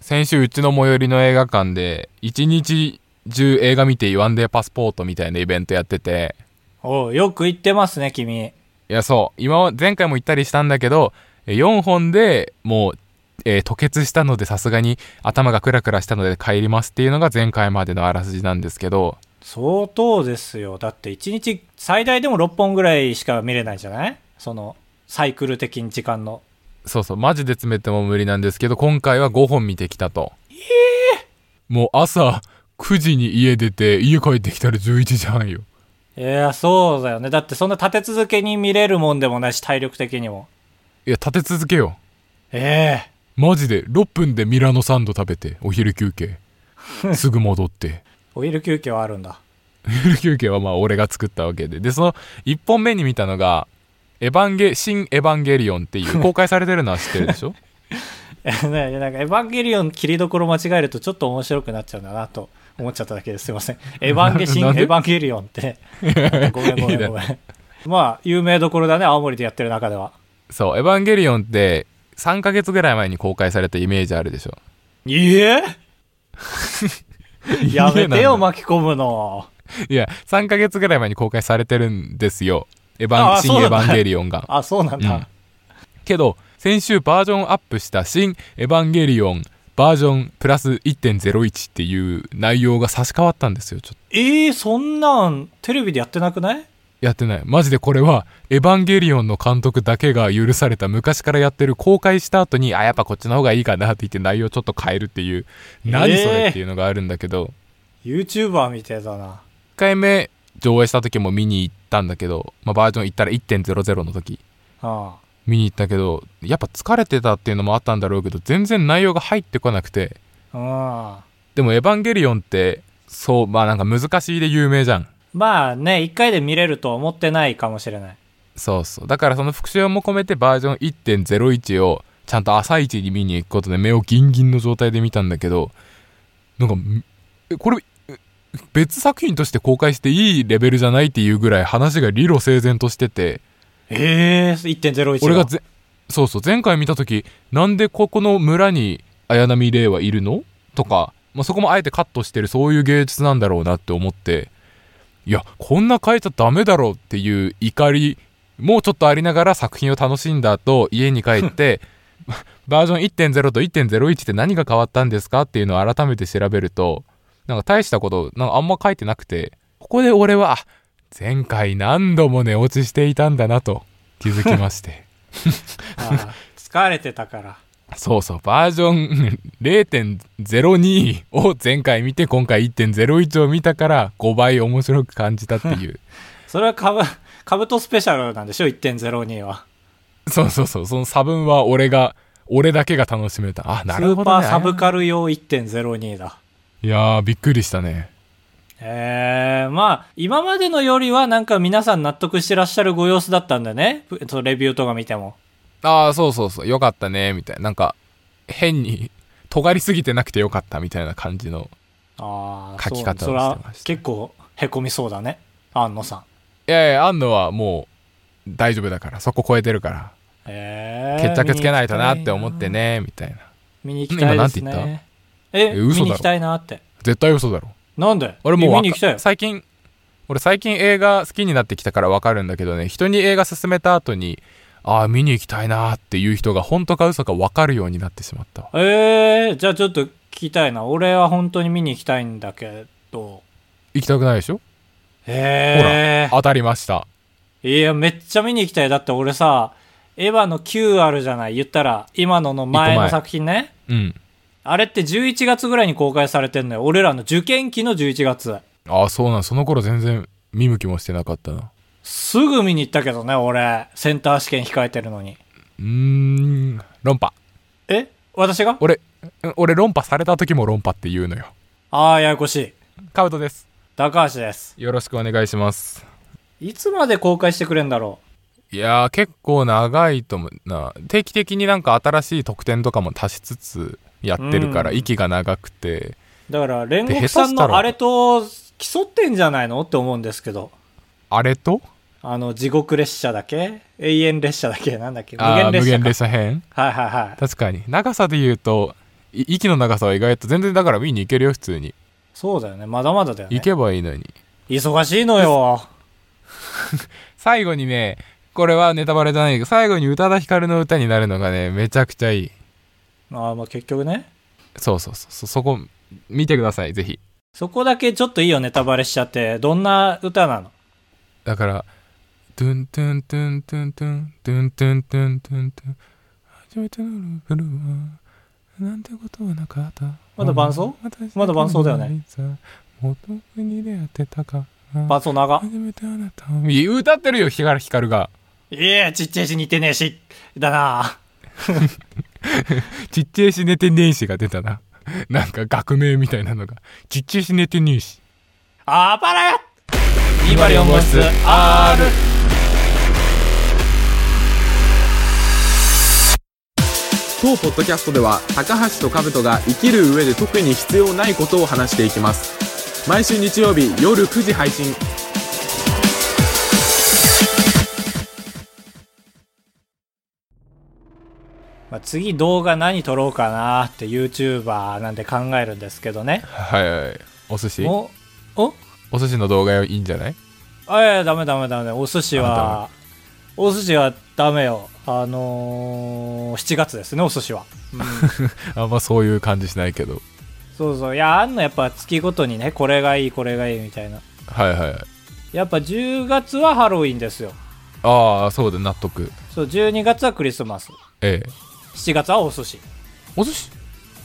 先週うちの最寄りの映画館で、一日中映画見ていいワンデーパスポートみたいなイベントやってて、おうよく行ってますね、君。いや、そう、今は、前回も行ったりしたんだけど、4本でもう、えー吐血したのでさすがに頭がクラクラしたので帰りますっていうのが前回までのあらすじなんですけど、相当ですよ。だって1日最大でも6本ぐらいしか見れないじゃないその、サイクル的に時間の。そうそう、マジで詰めても無理なんですけど、今回は5本見てきたと。もう朝9時に家出て、家帰ってきたら11時半よ。いや、そうだよね。だってそんな立て続けに見れるもんでもないし、体力的にも。いや、立て続けよ。ええマジで6分でミラノサンド食べて、お昼休 憩。すぐ戻って。お昼休憩はあるんだ。 お昼休憩はまあ俺が作ったわけで。で、その1本目に見たのが、エヴァンゲ、新エヴァンゲリオンって いう、公開されてるのは知ってるでしょね、なんか、エヴァンゲリオン切りどころ間違えるとちょっと面白くなっちゃうんだなと思っちゃっただけです。すいま せん。エヴァンゲシン、エなんでヴァンゲリオン って。ごめんごめんごめん。まあ、有名どころだね、青森でやってる中では。そう、エヴァンゲリオンって3ヶ月ぐらい前に公開されたイメージあるでしょ。 いえやめいやてよ、なんだ巻き込むの。いや、3ヶ月ぐらい前に公開されてるんですよ。エヴあァあン、新そうエヴなんだァンゲリオンが。あ、そうなんだ。うんけど、先週バージョンアップした新エヴァンゲリオンバージョンプラス1.01っていう内容が差し替わったんですよ、ちょっと。えー、そんなん、テレビでやってなくないやってない。マジでこれは、エヴァンゲリオンの監督だけが許された昔からやってる公開した後に、あ、やっぱこっちの方がいいかなって言って内容ちょっと変えるっていう、何それっていうのがあるんだけど、 ?YouTuber みたいだな。 1回目上映した時も見に行ったんだけど、まあ、バージョン行ったら1.00の時、あ見に行ったけど、やっぱ疲れてたっていうのもあったんだろうけど、全然内容が入ってこなくて、あ。うん。でもエヴァンゲリオンって、そう、まあなんか難しいで有名じゃん。まあね、一回で見れるとは思ってないかもしれない。そうそう。だからその復習も込めてバージョン1.01をちゃんと朝一に見に行くことで目をギンギンの状態で見たんだけど、なんか、んえこれ、え別作品として公開していいレベルじゃないっていうぐらい話が理路整然としてて、ええー、1.01俺がぜ、そうそう、前回見た時、なんでここの村に綾波レイはいるのとか、まあ、そこもあえてカットしてるそういう芸術なんだろうなって思って、いや、こんな変えちゃダメだろうっていう怒りもちょっとありながら作品を楽しんだ後、家に帰って、バージョン1.0と1.01って何が変わったんですかっていうのを改めて調べると、なんか大したこと、なんかあんま書いてなくて、ここで俺は、あ前回何度も寝落ちしていたんだなと気づきまして。ああ疲れてたから。そうそう、バージョン 0.02を前回見て、今回1.01を見たから、5倍面白く感じたっていう。それはカブ、カブトスペシャルなんでしょ ?1.02 は。 そうそうそう、その差分は俺が、俺だけが楽しめた。あ、なスるーほパど、ーね。サブカル用1.02だ。いやー、びっくりしたね。ええまあ、今までのよりはなんか皆さん納得してらっしゃるご様子だったんだよね。ふそのレビューとか見ても。あー、そうそうそう、よかったね、みたいな。なんか、変に、尖りすぎてなくてよかった、みたいな感じの。ああ、書き方をそうそれはしてました結構凹みそうだね。安野さん。いやいや、あんのはもう、大丈夫だから、そこ超えてるから、ええ決着つけないとなって思って。ね、みたいな。見に行きたいですね。今なんてえ、え嘘だ見ろに行きたいなって。絶対嘘だろ。なんで俺もうえわか見に行きたいよ。最近俺最近映画好きになってきたから分かるんだけどね人に映画勧めた後にああ見に行きたいなーっていう人が本当か嘘か分かるようになってしまったわええじゃあちょっと聞きたいな。俺は本当に見に行きたいんだけど。行きたくないでしょええ当たりましたいや、めっちゃ見に行きたい。だって俺さ、エヴァの9あるじゃない。言ったら、今のの前一個の前作品ね。うんあれって11月ぐらいに公開されてんのよ。俺らの受験期の11月。ああそうなんその頃全然見向きもしてなかったなすぐ見に行ったけどね、俺。センター試験控えてるのに。うーん論破え私が俺うん俺論破された時も論破って言うのよああ、ややこしい。カウトです高橋です。よろしくお願いしますいつまで公開してくれんだろいやー結構長いと思うな定期的になんか新しい特典とかも足しつつやってるからうん息が長くてう。だから、煉獄さで下手んしたのらあれと競ってんじゃないのって思うんですけど。あれとあの、地獄列車だっけ永遠列車だっけなんだっけ無あー限列車か。無限列車編はいはいはい。確かに長さで言うとい息の長さは意外と全然だから見に行けるよ普通にそうだよね。まだまだだよね行。けばいいのに忙しいのよ。最後にねこれはネタバレじゃないけど最後に宇多田ヒカルの歌になるのがねめちゃくちゃいいああ、まあ結局ね。そうそうそうそそこ見てくださいぜひそこだけちょっといいよ、ネタバレしちゃって。どんな歌なのだから、トゥントゥントゥントゥントゥン、トゥントゥントゥントゥントゥン、初めてのルールは、なんてことはなかった。まだ伴奏まだ伴奏だよね。もとに出会ってたか。伴奏長。初めてあなたをいや歌ってるよ、ヒカルヒカルが。いえ、ちっちゃいし似てねえし。だなちっちゃいし寝てねえしが出たな。なんか学名みたいなのが。ちっちゃいし寝てねえし。あ。あばらや !204 号室 R! 当ポッドキャストでは高橋と兜が生きる上で特に必要ないことを話していきます毎週日曜日夜9時配信まあ、次動画何撮ろうかなって YouTuber なんで考えるんですけどね。はいはい。お寿司お、おお寿司の動画いいんじゃないあいやいやダメダメダメお寿司はお寿司はダメよあのー、7月ですねお寿司は、うんあんまそういう感じしないけど。そうそういやあんのやっぱ月ごとにねこれがいいこれがいいみたいなはいはいはい。やっぱ10月はハロウィンですよああ、そうだ、納得。そう12月はクリスマスええ。 7月はお寿司お寿司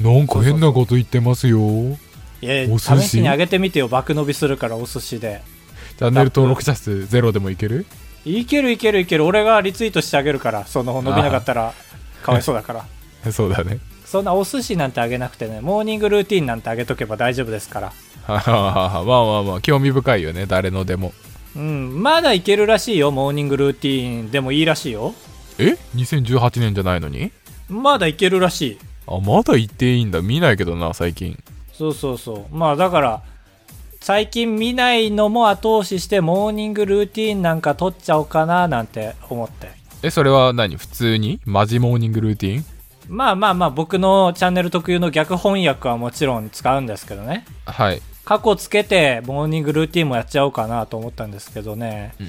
なんか変なこと言ってますよ。いやお試寿司しにあげてみてよ爆伸びするからお寿司でチャンネル登録者数ゼロでもいけるいけるいけるいける俺がリツイートしてあげるからその伸びなかったらかわいそうだからそうだね。そんなお寿司なんてあげなくてねモーニングルーティンなんてあげとけば大丈夫ですからははははまあまあまあ、興味深いよね、誰のでも。うん、まだいけるらしいよ、モーニングルーティーンでもいいらしいよ。え ?2018 年じゃないのにまだいけるらしい。あ、まだ言っていいんだ。見ないけどな、最近。そうそうそう。まあだから、最近見ないのも後押しして、モーニングルーティーンなんか撮っちゃおうかななんて思って。え、それは何普通にマジモーニングルーティンまあまあまあ、僕のチャンネル特有の逆翻訳はもちろん使うんですけどね。はい。過去つけて、モーニングルーティーンもやっちゃおうかなと思ったんですけどね。うん。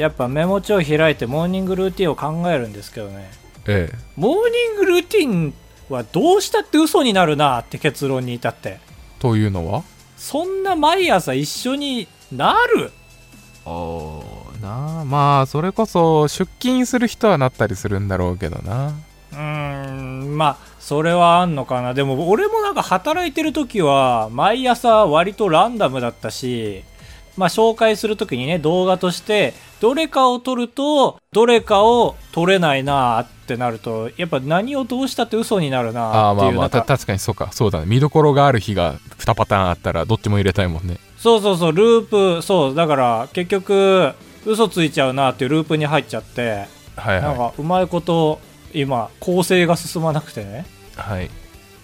やっぱメモ帳開いて、モーニングルーティーンを考えるんですけどね。ええ。モーニングルーティンはどうしたって嘘になるなって結論に至ってというのはそんな毎朝一緒になるおーなあまあそれこそ出勤する人はなったりするんだろうけどなうーんまあそれはあんのかなでも俺もなんか働いてる時は毎朝割とランダムだったしまあ紹介する時にね動画としてどれかを撮るとどれかを撮れないなってなるとやっぱ何をどうしたって嘘になるあなあっていまうあまなあんかた確かにそうかそうだね見どころがある日が2パターンあったらどっちも入れたいもんねそうそうそうループそうだから結局嘘ついちゃうなっていうループに入っちゃって、はいなんはかうまいこと今構成が進まなくてねいはい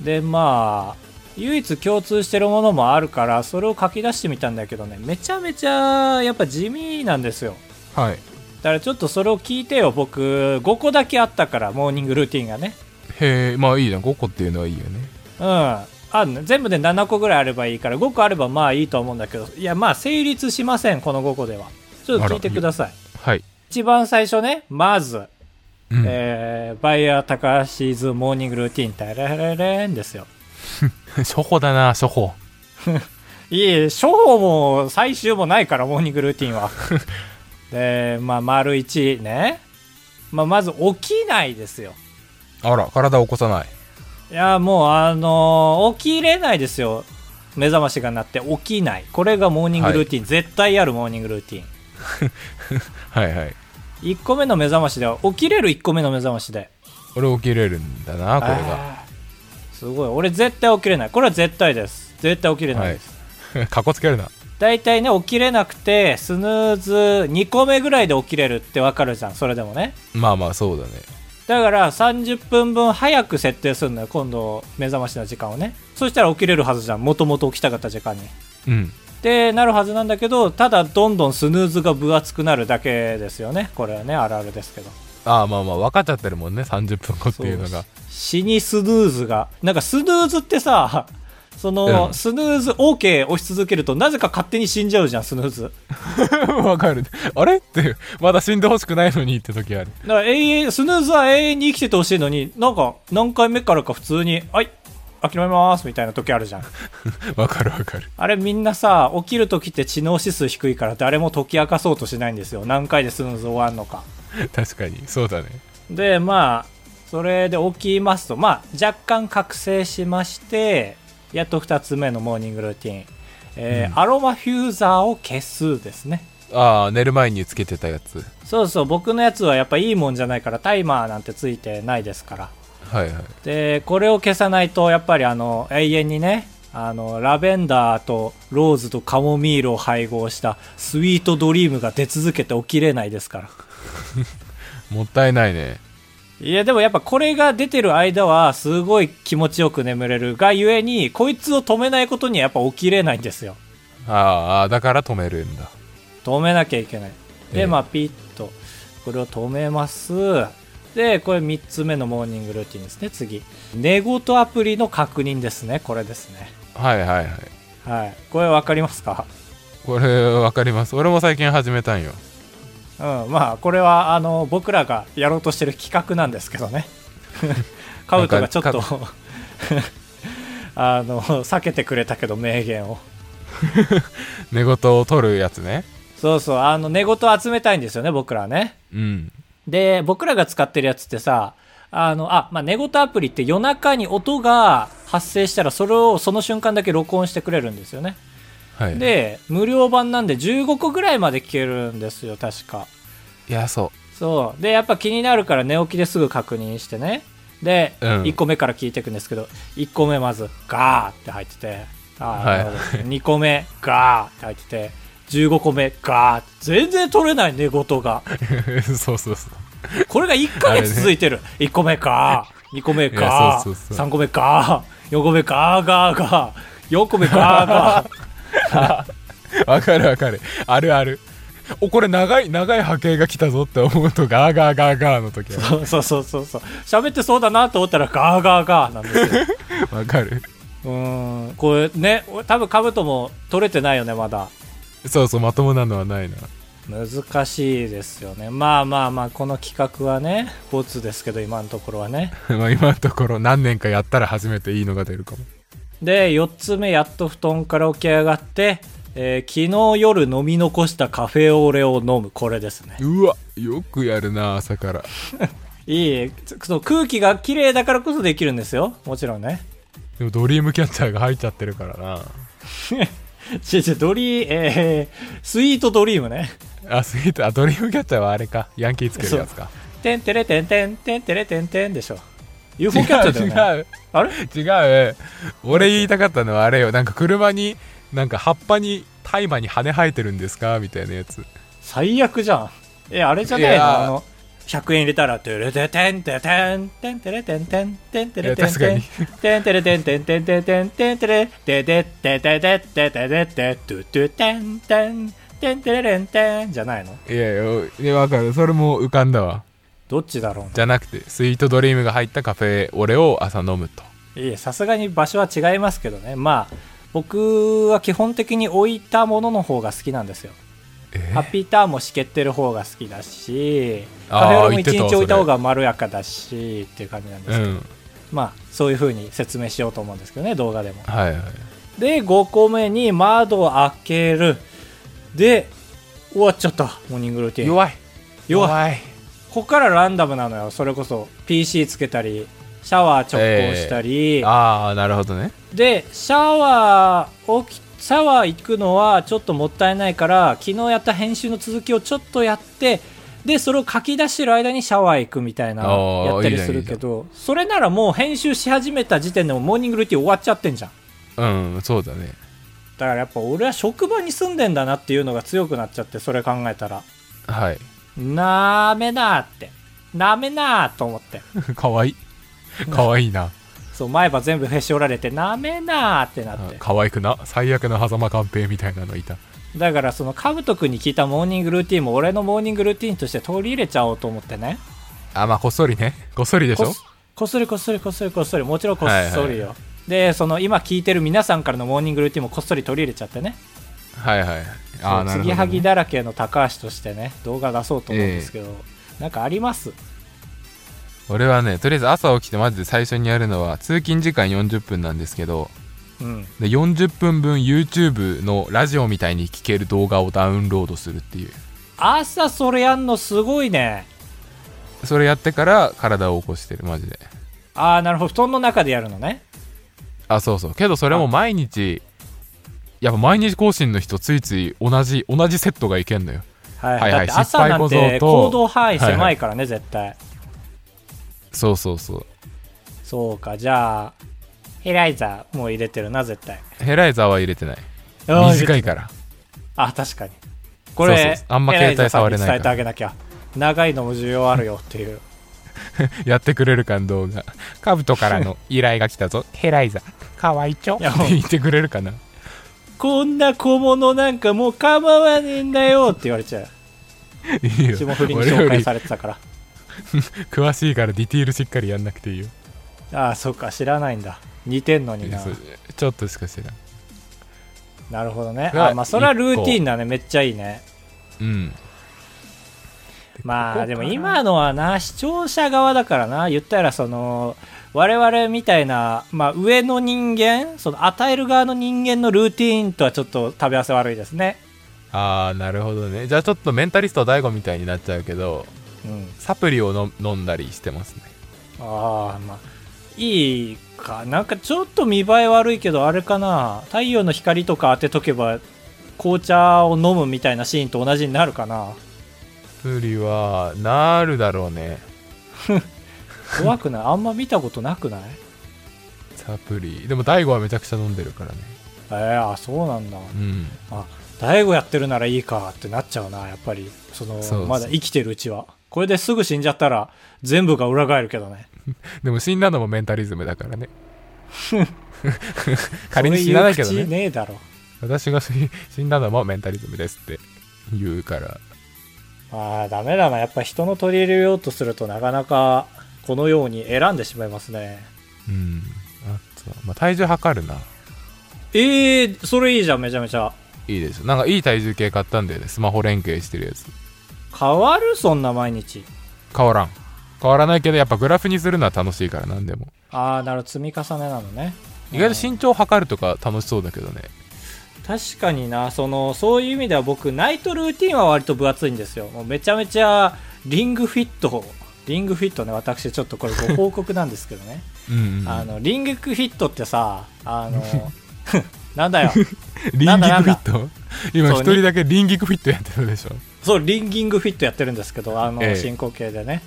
でまあ唯一共通してるものもあるからそれを書き出してみたんだけどねめちゃめちゃやっぱ地味なんですよはいだからちょっとそれを聞いてよ僕5個だけあったからモーニングルーティンがねへえまあいいじゃん5個っていうのはいいよねうんあんの全部で7個ぐらいあればいいから5個あればまあいいと思うんだけどいやまあ成立しませんこの5個ではちょっと聞いてくださいはい、 一番最初ね、まず、うんえー、バイヤー高橋ズモーニングルーティン、タラレレンですよ。初歩だな初歩いえ、初歩も最終もないから、モーニングルーティ ンは。で、まあ、丸1ね。まあ、まず起きないですよ。あら体起こさないいや、もう、あのー起きれないですよ。目覚ましが鳴って起きない。これがモーニングルーティン。絶対あるモーニングルーティン。はいはい1個目の目覚ましでは、起きれる1個目の目覚ましで。俺起きれるんだなこれがあーすごい俺絶対起きれないこれは絶対です絶対起きれないです、 かっこつけるな大体ね起きれなくてスヌーズ2個目ぐらいで起きれるってわかるじゃんそれでもねまあまあそうだねだから30分分早く設定するのよ今度目覚ましの時間をねそしたら起きれるはずじゃんもともと起きたかった時間にうんでなるはずなんだけどただどんどんスヌーズが分厚くなるだけですよねこれはねあるあるですけどああまあまあ分かっちゃってるもんね30分後っていうのが死にスヌーズがなんかスヌーズってさ その、うんスヌーズ OK 押し続けるとなぜか勝手に死んじゃうじゃんスヌーズ 分かるあれってまだ死んでほしくないのにって時あるだから永遠スヌーズは永遠に生きててほしいのになんか何回目からか普通に「はい諦めます」みたいな時あるじゃん分かる分かるあれみんなさ起きる時って知能指数低いから誰も解き明かそうとしないんですよ何回でスヌーズ終わんのか確かにそうだねでまあそれで起きますとまあ若干覚醒しましてやっと2つ目のモーニングルーティン、えーアロマフューザーを消すですねああ寝る前につけてたやつそうそう僕のやつはやっぱいいもんじゃないからタイマーなんてついてないですからはいはいでこれを消さないとやっぱりあの永遠にねあのラベンダーとローズとカモミールを配合したスイートドリームが出続けて起きれないですからもったいないねいやでもやっぱこれが出てる間はすごい気持ちよく眠れるがゆえにこいつを止めないことにはやっぱ起きれないんですよああああだから止めるんだ止めなきゃいけないで、ええまあピッとこれを止めますでこれ3つ目のモーニングルーティンですね次寝言アプリの確認ですねこれですねはいはいはいはいこれ分かりますかこれ分かります俺も最近始めたんようんまあこれはあの僕らがやろうとしてる企画なんですけど ねカウトがちょっと あの避けてくれたけど名言を寝言を取るやつねそうそう、あの、寝言を集めたいんですよね、僕らはね。うんで、僕らが使ってるやつってさ、あの、あ、まあ、寝言アプリって夜中に音が発生したら、それをその瞬間だけ録音してくれるんですよね。はいで、無料版なんで15個ぐらいまで聞けるんですよ、確か。いやそそう。で、やっぱ気になるから寝起きですぐ確認してね。で、うん1個目から聞いていくんですけど、1個目まず、ガーって入ってて、あーはいなるほど2個目、ガーって入ってて、15個目、ガーって全然取れない寝言が。う そうそうそうこれが1ヶ月続いてる。1個目ガー、2個目ガいー、やそうそうそう3個目ガー、4個目ガーガーガー、4個目ガーガ ー。わかるわかるあるあるおこれ長い長い波形が来たぞって思うとガーガーガーガーの時はそうそうそうそう。喋ってそうだなと思ったらガーガーガーなんですよ。わかるうーんこれね多分カブトも取れてないよねまだそうそうまともなのはないな難しいですよねまあまあまあこの企画はねボツですけど今のところはね まあ今のところ何年かやったら初めていいのが出るかもで4つ目やっと布団から起き上がって、えー昨日夜飲み残したカフェオレを飲むこれですねうわよくやるな朝からいいそう空気が綺麗だからこそできるんですよもちろんねでもドリームキャッチャーが入っちゃってるからな違う違うドリー、えースイートドリームねあスイートあドリームキャッチャーはあれかヤンキーつけるやつか「てんてれてんてんてんてれてんてん」でしょ UFO キャッチャーだよ違うね違うあ違れう俺言いたかったのはあれよなんか車になんか葉っぱに大麻に羽生えてるんですかみたいなやつ最悪じゃんえあれじゃねえいやのーあの100円入れたら「てれててんててんてんてれてんてんてんてれてんてんいや確かにてんてれてんてんてんてんてんてんてれてててててててててトゥトゥてんてんてんてれれんてん」じゃないのいやいやいやわかるそれも浮かんだわどっちだろうじゃなくてスイートドリームが入ったカフェオレを朝飲むとないやさすがに場所は違いますけどねまあ僕は基本的に置いたものの方が好きなんですよえハッピーターンもしけってる方が好きだしあーカフェオレも一言ってた日置いた方がまろやかだしっていう感じなんですけうどんまあ、そういう風に説明しようと思うんですけどね、動画でも。はいはいで、5個目に窓を開ける。で、終わっちゃった、モーニングルーティン。弱い弱いいここからランダムなのよ、それこそ。PC つけたり、シャワー直行したり。ああなるほどねで、シャワーをき、シャワー行くのはちょっともったいないから、昨日やった編集の続きをちょっとやって、で、それを書き出してる間にシャワー行くみたいな、あーやったりすいるいじゃんけど、それならもう編集し始めた時点でもモーニングルーティン終わっちゃってんじゃん。うんそうだねだからやっぱ俺は職場に住んでんだなっていうのが強くなっちゃってそれ考えたらはいなめなーってなめなーと思って かわい いかわいいなそう前歯全部へし折られてなめなーってなってかわいくな最悪の狭間寛平みたいなのいただからそのカブト君に聞いたモーニングルーティンも俺のモーニングルーティンとして取り入れちゃおうと思ってねあ、まあ、こっそりね。こっそりでしこょっこっそりこっそりこっそりこっそりもちろんこっそはりいよ、でその今聞いてる皆さんからのモーニングルーティンもこっそり取り入れちゃってねはいはい。あーなるほどそうね継ぎはぎだらけの高橋としてね動画出そうと思うんですけど、なんかあります俺はねとりあえず朝起きてマジで最初にやるのは通勤時間40分なんですけどうんで40分分 YouTube のラジオみたいに聴ける動画をダウンロードするっていう朝それやんのすごいねそれやってから体を起こしてるマジでああなるほど布団の中でやるのねあそうそうけどそれも毎日やっぱ毎日更新の人ついつい同じ同じセットがいけんのよはい、はいはいだって朝なん失て敗小僧と行動範囲狭いからね、絶対そうそうそうそうかじゃあヘライザーもう入れてるな絶対ヘライザーは入れてないあー入れて短いからあ確かにこれそうそうあんま携帯触れないからヘライザーさんに伝えてあげなきゃ長いのも需要あるよっていうやってくれるかん動画カブトから の依頼が来たぞヘライザーかわいちょっいてや言ってくれるかなこんな小物なんかもう構わねえんだよって言われちゃういいよ霜降りに俺よ紹り介されてたから詳しいからディティールしっかりやんなくていいよああそうか知らないんだ似てんのになそうちょっとしか知らんなるほどねがあまあそれはルーティンだねめっちゃいいねうんこまこあかでもら今のはな視聴者側だからな言ったらその我々みたいな、まあ、上の人間その与える側の人間のルーティンとはちょっと食べ合わせ悪いですねああなるほどねじゃあちょっとメンタリスト大悟みたいになっちゃうけどうんサプリをの飲んだりしてますねああまあいいかなんかちょっと見栄え悪いけどあれかな太陽の光とか当てとけば紅茶を飲むみたいなシーンと同じになるかなサプリはなるだろうね怖くないあんま見たことなくないサプリでも大悟はめちゃくちゃ飲んでるからねえー、あそうなんだうんあ大悟やってるならいいかってなっちゃうなやっぱりそのそうそうまだ生きてるうちはこれですぐ死んじゃったら全部が裏返るけどねでも死んだのもメンタリズムだから ね仮に死なないけどそういねう口ねえだろ私が死死んだのもメンタリズムですって言うからああダメだなやっぱ人の取り入れようとするとなかなかこのように選んでしまいますねうんあとは、まあ、体重測るなえー、それいいじゃんめちゃめちゃいいですなんかいい体重計買ったんだよねスマホ連携してるやつ変わるそんな毎日変わらん変わらないけどやっぱグラフにするのは楽しいから何でもああなるほど積み重ねなのね意外と身長測るとか楽しそうだけどね確かになそのそういう意味では僕ナイトルーティンは割と分厚いんですよもうめちゃめちゃリングフィットリングフィットね私ちょっとこれご 報告なんですけどねうんうん、あのリングフィットってさあの なんだよリなんンギだなクんフィだット今そ一う人だけリンギクフィットやってたでしょそうリンギングフィットやってるんですけどあの、ええ進行形でね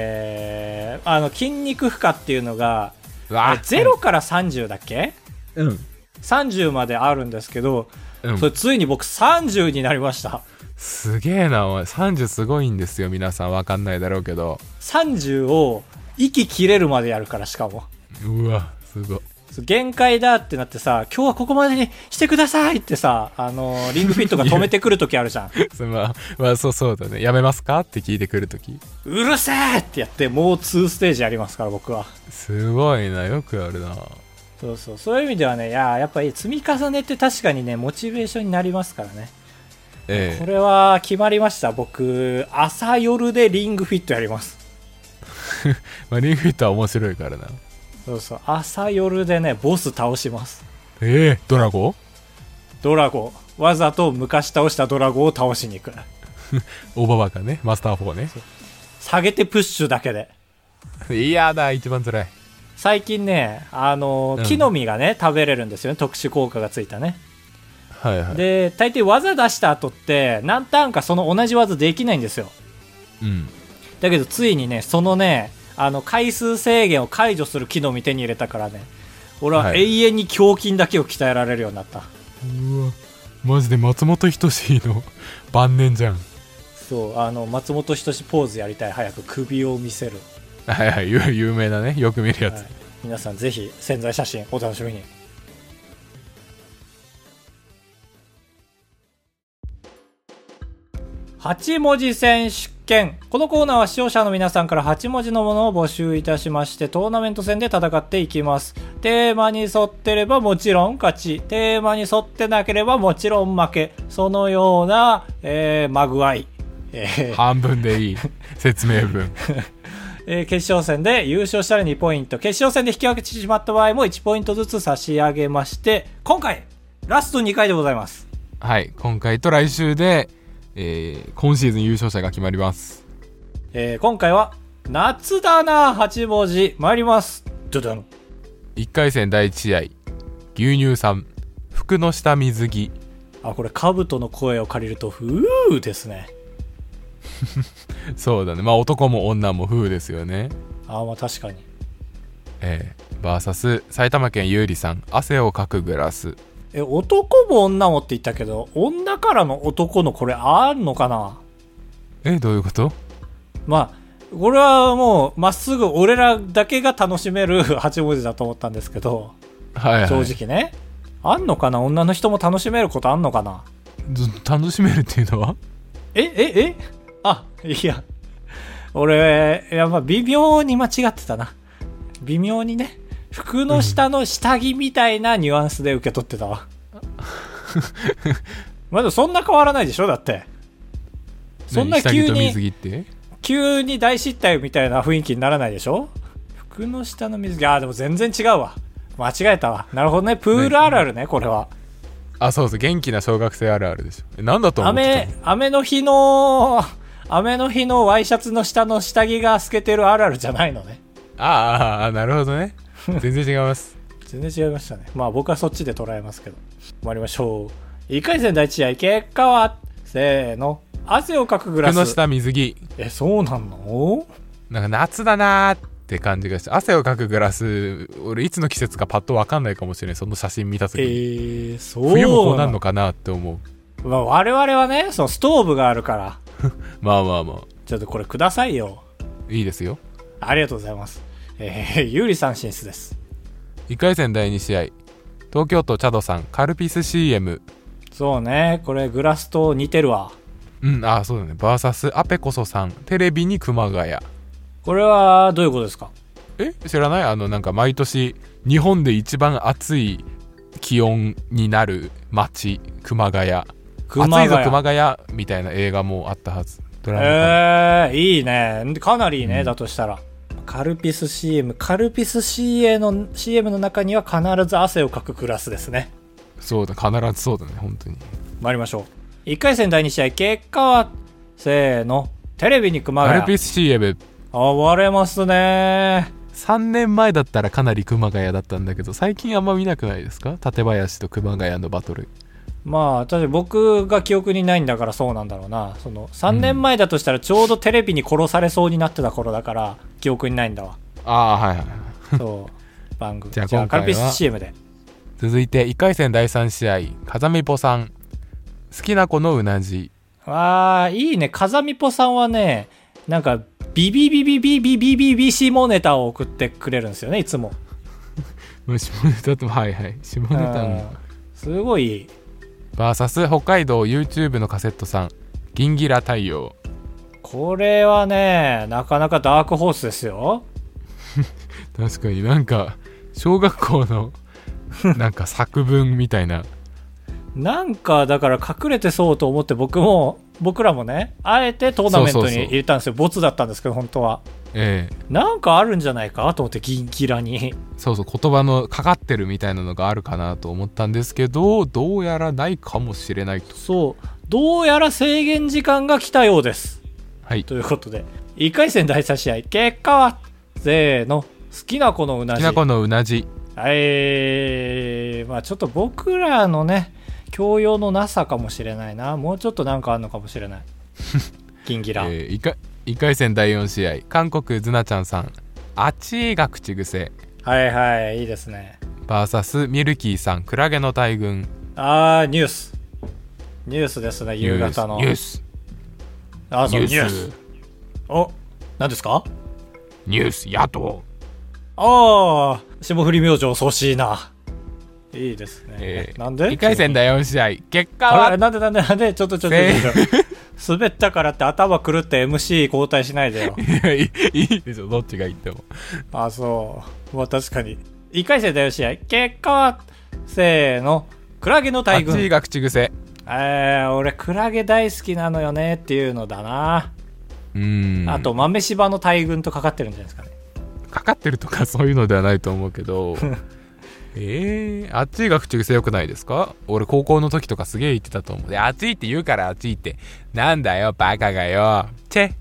えーあの筋肉負荷っていうのがうわえ0から30だっけうん、 30まであるんですけど、うんそれついに僕30になりましたすげえなお前30すごいんですよ皆さんわかんないだろうけど30を息切れるまでやるからしかもうわすごい そう限界だってなってさ今日はここまでにしてくださいってさあのーリングフィットが止めてくる時あるじゃんそまあ、まあ、そうそうだねやめますかって聞いてくるとき うるせえってやってもう2ステージやりますから僕はすごいなよくやるなそうそうそういう意味ではねいやーやっぱり積み重ねって確かにねモチベーションになりますからねえこれは決まりました僕朝夜でリングフィットやりますえまあ、リングフィットは面白いからなそうそう朝夜でねボス倒しますええドラゴドラゴンわざと昔倒したドラゴンを倒しに行くンオババカねマスター4ね下げてプッシュだけでいやだ一番辛い最近ねあの、うん木の実がね食べれるんですよね特殊効果がついたね、はいはいで大抵技出した後って何ターンかその同じ技できないんですようんだけどついにねそのねあの回数制限を解除する木の実手に入れたからね俺ははい永遠に胸筋だけを鍛えられるようになった、うわマジで松本人志の晩年じゃんそうあの松本人志ポーズやりたい早く首を見せる、はいはい有有名なねよく見るやはつい、皆さんぜひ潜在写真お楽しみに8文字選手見このコーナーは視聴者の皆さんから8文字のものを募集いたしましてトーナメント戦で戦っていきますテーマに沿ってればもちろん勝ちテーマに沿ってなければもちろん負けそのような、えー、まぐわい、えー半分でいい説明 文えー決勝戦で優勝したら2ポイント決勝戦で引き分けてしまった場合も1ポイントずつ差し上げまして今回ラスト2回でございますはい今回と来週で、えー今シーズン優勝者が決まりますえー今回は「夏だな8文字」参りますドドン1回戦第1試合牛乳さん服の下水着あこれ兜の声を借りると「ふう」ですねそうだねまあ男も女も夫婦ですよねあーまあ確かにえー、バーサス埼玉県優里さん汗をかくグラスえ男も女もって言ったけど女からの男のこれあんのかなえどういうことまあこれはもうまっすぐ俺らだけが楽しめる8文字だと思ったんですけどはい、はい、正直ね、あんのかな女の人も楽しめることあんのかなず楽しめるっていうのはええ えあいや俺いやまあ微妙に間違ってたな微妙にね服の下の下着みたいなニュアンスで受け取ってたわ まあでもそんな変わらないでしょだってそんな何下急着とに水着って急に大失態みたいな雰囲気にならないでしょ服の下の水着あーでも全然違うわ間違えたわなるほどねプールあるあるねこれはあそうそう元気な小学生あるあるでしょえ何だと思ってたの雨雨の日の雨の日のワイシャツの下の下着が透けてるあるあるじゃないのねあーあーあーなるほど ね全然違います全然違いましたねまあ僕はそっちで捉えますけど参りましょう1回戦第1試合結果はせーの汗をかくグラ服のス下水着えそうなんのなんか夏だなーって感じがして汗をかくグラス俺いつの季節かパッと分かんないかもしれないその写真見たえ時に、ー、そう冬もこうなんのかなって思うまあ、我々はねそのストーブがあるからまあまあまちょっとこれくださいよあいいですよありがとうございますえー、ゆうりさん進出です1回戦第2試合東京都チャドさんカルピス CM そうねこれグラスと似てるわうんあそうだね VS アペコソさんテレビに熊谷これはどういうことですかえ知らないあのなんか毎年日本で一番暑い気温になる町熊谷熊暑い谷ぞ熊谷みたいな映画もあったはずドラマかなえー、いいねかなりいいね、うんだとしたらカルピス CM カルピス CA の CM の中には必ず汗をかくクラスですねそうだ必ずそうだね本当に参りましょう1回戦第2試合結果はせーのテレビに熊カル谷ピス CM あ割れますね3年前だったらかなり熊谷だったんだけど最近あんま見なくないですか館林と熊谷のバトルまあ確かに僕が記憶にないんだからそうなんだろうなその3年前だとしたらちょうどテレビに殺されそうになってた頃だから記憶にないんだわああはいはいはいそう番 組じゃあカルピ今回スは CM で続いて1回戦第3試合風見ぽさん好きな子のうなじあー、いいね。風見ぽさんはね、なんか、ビビビビビビビビビシモネタを送ってくれるんですよね、いつも。まあ下ネタとはいはい下ネタうんのすごいいい。 VS 北海道 YouTube のカセットさん「ギンギラ太陽これはね、なかなかダークホースですよ。」確かになんか小学校 のなんか作文みたいななんか、だから隠れてそうと思って僕も、僕らもね、あえてトーナメンそトうそうそにう入れたんですよ。ボツだったんですけど、本当は。ええなんかあるんじゃないかと思って、ギンギラに。そうそう言葉のかかってるみたいなのがあるかなと思ったんですけどどうやらないかもしれないとそう。どうやら制限時間が来たようです。はい好ということで、1回戦第3試合、結果は、せーの、好きな子のうなきじ。な子のうなじえー、まあちょっと僕らのね、教養のなさかもしれないな。もうちょっとなんかあんのかもし れない。ギンギラ。えー、1, 回一回戦第4試合韓国ズナちゃんさん「あちーが口癖はいはい、いいですね。」 VS ミルキーさん「クラゲの大群あー、ニュース。ニュースですね、」夕方の。ニュースあ、ニそう、ュニーュスース。お、何ですかニュース野党、あー、霜降り明星、欲しいな。いいですね。えー、なんで1回戦第4試あれ試合結果あれはなんでなんでなんでちょっとちょっとせーちょっと滑ったからって頭狂って MC 交代しない でよいやいいいいでしょどっちが言ってもあそうまあ確かに1回戦第4試合結果はせーのクラゲの大8群位が口癖えー、俺クラゲ大好きなのよねっていうのだな、うーんあと豆柴の大群とかかってるんじゃないですかねかかってるとかそういうのではないと思うけ どえー、あっちいが口癖良くないですか俺高校の時とかすげえ言ってたと思うで「あっちいって言うからあっちいってなんだよバカがよチェ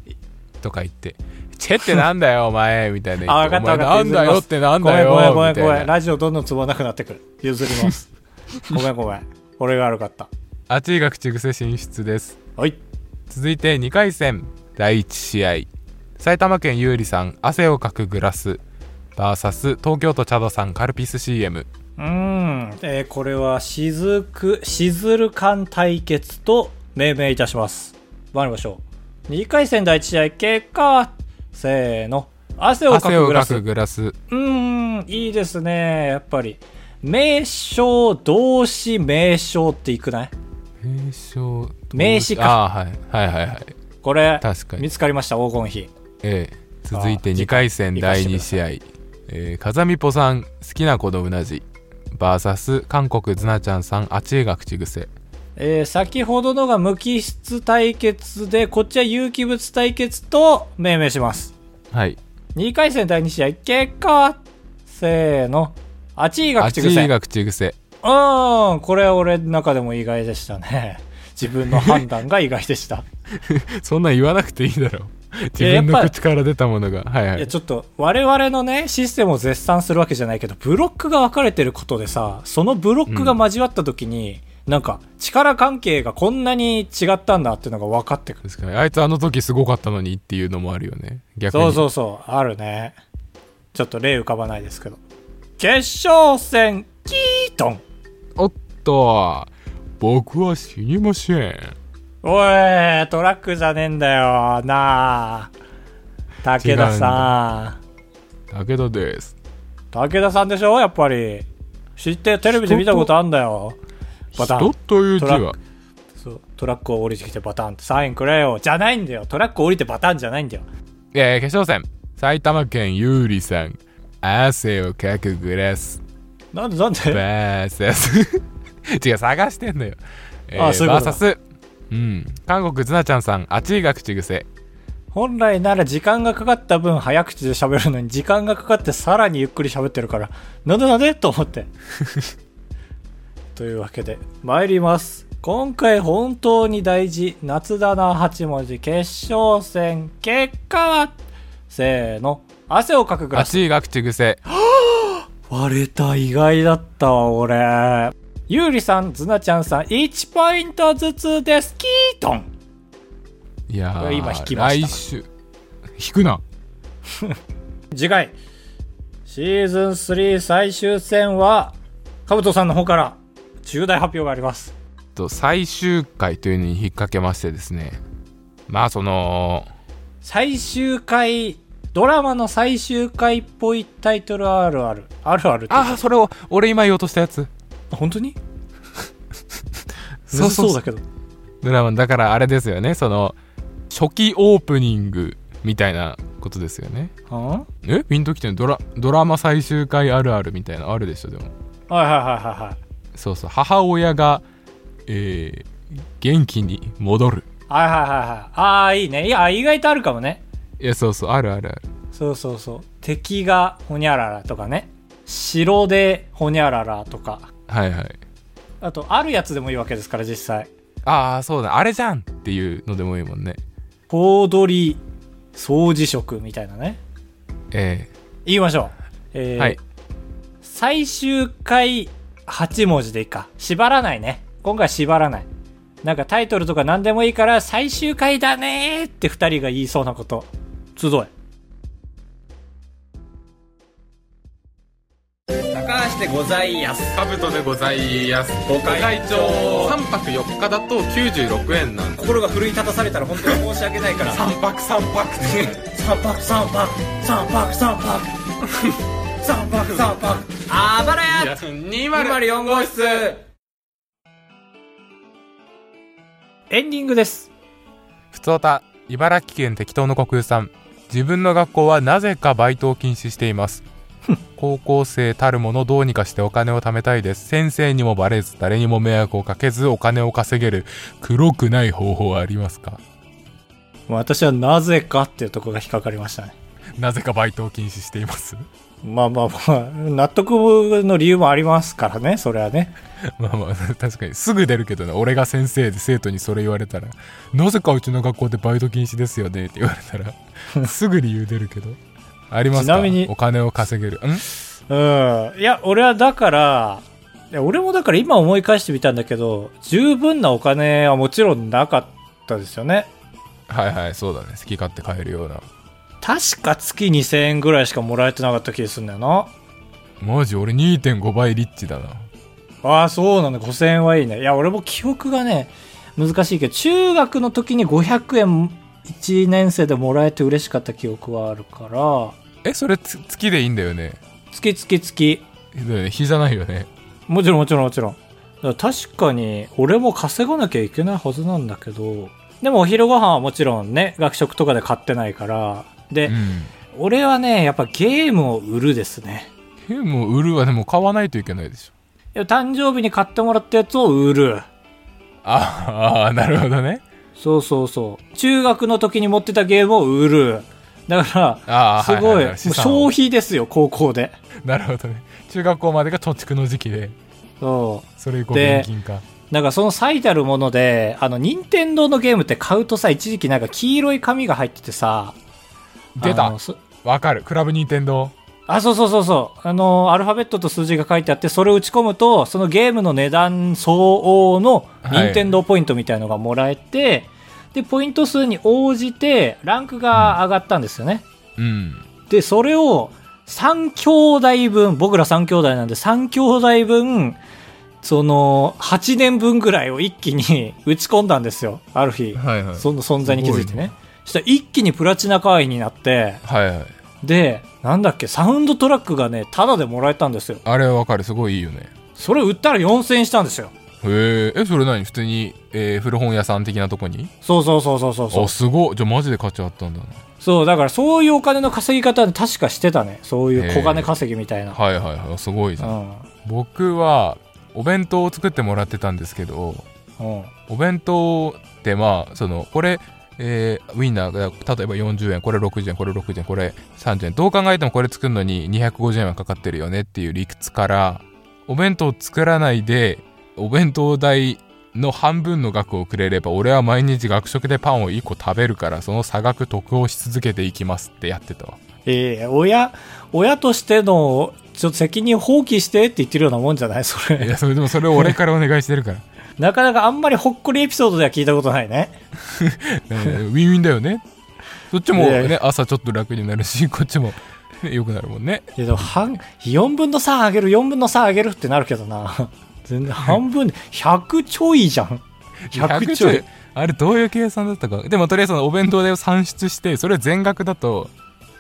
とか言って「チェってなんだ よお前」みたいな言あ分てかったお前分かなったんだよってなんだよごめんごめんごめんごみためいんなラジオどんどんつぼなくなってくる譲ります ごめんごめん俺が悪かったあっちいが口癖進出ですはい続いて2回戦第1試合埼玉県優里さん汗をかくグラス VS 東京都チャドさんカルピス CM うーん、えーこれはしずくしずる館対決と命名いたします参りましょう2回戦第1試合結果せーの汗をか汗くをグラかスくうグラスーんいいですねやっぱり名称動詞名称っていくない名称名詞かあー、はい、はいはいはいこれ確かに見つかりました黄金比ええ続いてあー2回戦次回第2試合えー風見ぽさん好きな子のうなじ VS 韓国ズナちゃんさんあちえが口癖えー先ほどのが無機質対決でこっちは有機物対決と命名しますはい2回戦第2試合結果はせーのあちいがあ口ちえ癖うが口癖ーんこれは俺の中でも意外でしたね 自分の判断が意外でした そんなん言わなくていいだろ自やっ分のぱ口から出たものがはいはいいやちょっと我々のねシステムを絶賛するわけじゃないけどブロックが分かれてることでさそのブロックが交わった時に、なんか力関係がこんなに違ったんだっていうのが分かってくる確かにあいつあの時すごかったのにっていうのもあるよね逆にそうそうそうあるねちょっと例浮かばないですけど決勝戦キートンおっと僕は死にませんおいトラックじゃねえんだよなあ武田さん武田です武田さんでしょやっぱり知ってテレビで見たことあんだよバタン人という字トラはッそうトラックを降りてきてバタンってサインくれよじゃないんだよトラック降りてバタンじゃないんだよえー、決勝戦埼玉県優里さん汗をかくグラスなんでなんでバーサス 違う探してんのよ、えーあそういうことだバーサスうん韓国ズナちゃんさんあちいが口癖本来なら時間がかかった分早口で喋るのに時間がかかってさらにゆっくり喋ってるからなんでなんでと思って というわけで参ります今回本当に大事夏だな8文字決勝戦結果はせーの汗をかくグあラスちいが口癖割れた意外だったわ俺ゆうりさんずなちゃんさん1ポイントずつですキートンいやこーれ今引きました来週引くな次回シーズン3最終戦はカブトさんの方から重大発表がありますと最終回というのに引っ掛けましてですねまあその最終回ドラマの最終回っぽいタイトルあるあるあるあるってあそれを俺今言おうとしたやつ本当にそうそうむずそうだけどドラマだからあれですよねその初期オープニングみたいなことですよねはえピンときてるドラドラマ最終回あるあるみたいなのあるでしょでもあはいはいはいはいはいそうそう母親がえー元気に戻るはいはいはいはいああいいねいや意外とあるかもねいやそうそうあるあるあるそうそうそう敵がホニャララとかね城でホニャララとかはいはいあとあるやつでもいいわけですから実際ああそうだあれじゃんっていうのでもいいもんね小鳥掃除職みたいなねえ言いましょう、えーーはい最終回8文字でいいか縛らないね今回は縛らないなんかタイトルとか何でもいいから最終回だねーって2人が言いそうなこと集え高橋でございやす。カブトでございやす。ご会長3泊4日だと96円なんで心が奮い立たされたら本当に申し訳ないから3泊3泊って。三泊三泊三泊三泊 三泊三泊あばらや204号室エンディングですふつおた、茨城県適当の国有さん。自分の学校はなぜかバイトを禁止しています。高校生たるものどうにかしてお金を貯めたいです。先生にもバレず、誰にも迷惑をかけず、お金を稼げる、黒くない方法はありますか私はなぜかっていうところが引っかかりましたねなぜかバイトを禁止しています。まあまあまあ納得の理由もありますからねそれはねまあまあ、確かに。すぐ出るけどね、俺が先生で生徒にそれ言われたら、なぜかうちの学校でバイト禁止ですよねって言われた ら、すぐ理由出るけど。ありますかちなみにお金を稼げる。んうんいや俺はだからいや俺もだから今思い返してみたんだけど十分なお金はもちろんなかったですよねはいはい、そうだね。好き勝手買えるような。確か月2000円ぐらいしかもらえてなかった気がするんだよなマジ、俺2.5倍リッチだな。ああそうなんだ5000円はいいねいや俺も記憶がね難しいけど中学の時に500円1年生でもらえて嬉しかった記憶はあるからえ、それつ月でいいんだよね。月月月だよね。日じゃないよね。もちろんもちろんもちろんだから確かに俺も稼がなきゃいけないはずなんだけどでもお昼ご飯はもちろんね学食とかで買ってないからで、うん。俺はねやっぱゲームを売るですねゲームを売るはでも買わないといけないでしょ。いや誕生日に買ってもらったやつを売るああ、なるほどね。そうそうそう中学の時に持ってたゲームを売るだかあらあ、すごはい,、はは資産もをう消費ですよ高校でなるほどね。中学校までが貯蓄の時期で、そうそれ以降で現金か。なんかその最たるもので、あの、任天堂のゲームって買うとさ、一時期なんか黄色い紙が入っててさ、出あたのそわかる。クラブニンテンドー。あ、そうそうそうそう。あの、アルファベットと数字が書いてあって、それを打ち込むと、そのゲームの値段相応のはい任天堂ポイントみたいのがもらえて、で、ポイント数に応じて、ランクが上がったんですよね。うん。で、それを3兄弟分、僕ら3兄弟なんで3兄弟分、その、8年分ぐらいを一気に 打ち込んだんですよ、ある日。はいはいその存在に気づいてすごいね。そしたら一気にプラチナ会員になって、はいはい。で、なんだっけ、サウンドトラックがね、タダでもらえたんですよ。あれはわかる。すごいいいよね。それ売ったら4000円したんですよ。へえ。え、それ何普通に、えー古本屋さん的なとこにそうそうそうそうそうそうあ、。すごい。じゃあマジで価値あったんだな。そう、だからそういうお金の稼ぎ方で確かしてたね。そういう小金稼ぎみたいな。はいはいはい。すごいじゃん。う僕は、お弁当を作ってもらってたんですけど、ん。うん。お弁当ってまあそのこれ、えーウインナーが例えば40円これ60円これ60円これ30円どう考えてもこれ作るのに250円はかかってるよねっていう理屈からお弁当作らないでお弁当代の半分の額をくれれば俺は毎日学食でパンを1個食べるからその差額得をし続けていきますってやって たわええ親、親としての、ちょっと責任放棄してって言ってるようなもんじゃない そいれ。やそれでもそれを俺からお願いしてる からなかなかあんまりほっこりエピソードでは聞いたことないね。えーウィンウィンだよねそっちもいやいね朝ちょっと楽になるしこっちもね良くなるもんねいやでも半、4分の3上げる、4分の3上げるってなるけどな。全然半分で、100ちょいじゃん。100ちょい。あれどういう計算だったかでもとりあえずそのお弁当代を算出してそれ全額だと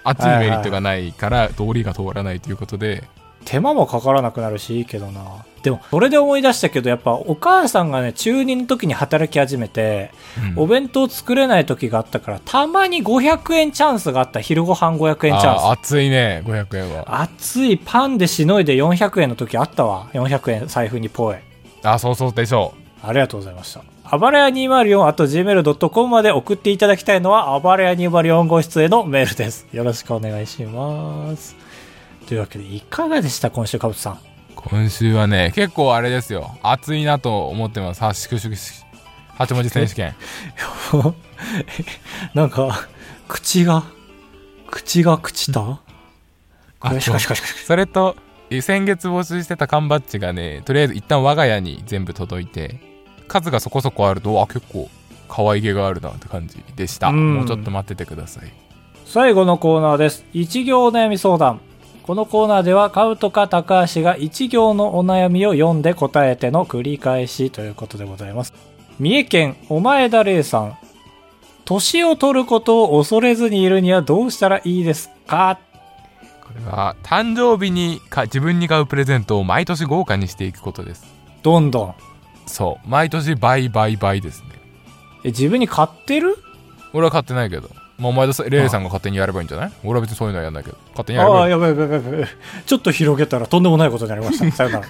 あっちにメリットがないから通りが通らないということで手間もかからなくなるし、いいけどな。でも、それで思い出したけど、やっぱお母さんがね、中2の時に働き始めて、うんお弁当作れない時があったから、たまに500円チャンスがあった。昼ご飯500円チャンスあ。ー熱いね500円は熱いパンでしのいで400円の時あったわ400円財布にポエあそうそうでしょありがとうございました暴れ屋204あと gmail.com まで送っていただきたいのは暴れ屋204号室へのメールですよろしくお願いしますというわけでいかがでした今週かぶとさんう今週はね結構あれですよ熱いなと思ってます八宿宿宿八文字選手 権なんか口が口が朽ちたこあれしそうかしかしかしそれとえ先月募集してた缶バッジがねとりあえず一旦我が家に全部届いて数がそこそこあるとあ結構可愛げがあるなって感じでした、うんもうちょっと待っててください最後のコーナーです一行お悩み相談このコーナーではカウトか高橋が一行のお悩みを読んで答えての繰り返しということでございます三重県お前田玲さん年を取ることを恐れずにいるにはどうしたらいいですかこれは誕生日にか自分に買うプレゼントを毎年豪華にしていくことですどんどんそう毎年倍倍倍ですねえ自分に買ってる俺は買ってないけど、まあ、お前とさレイさんが勝手にやればいいんじゃない俺は別にそういうのはやんないけど勝手にやればあいあ、いやばいやばいやばい。ちょっと広げたらとんでもないことになりました。さよなら。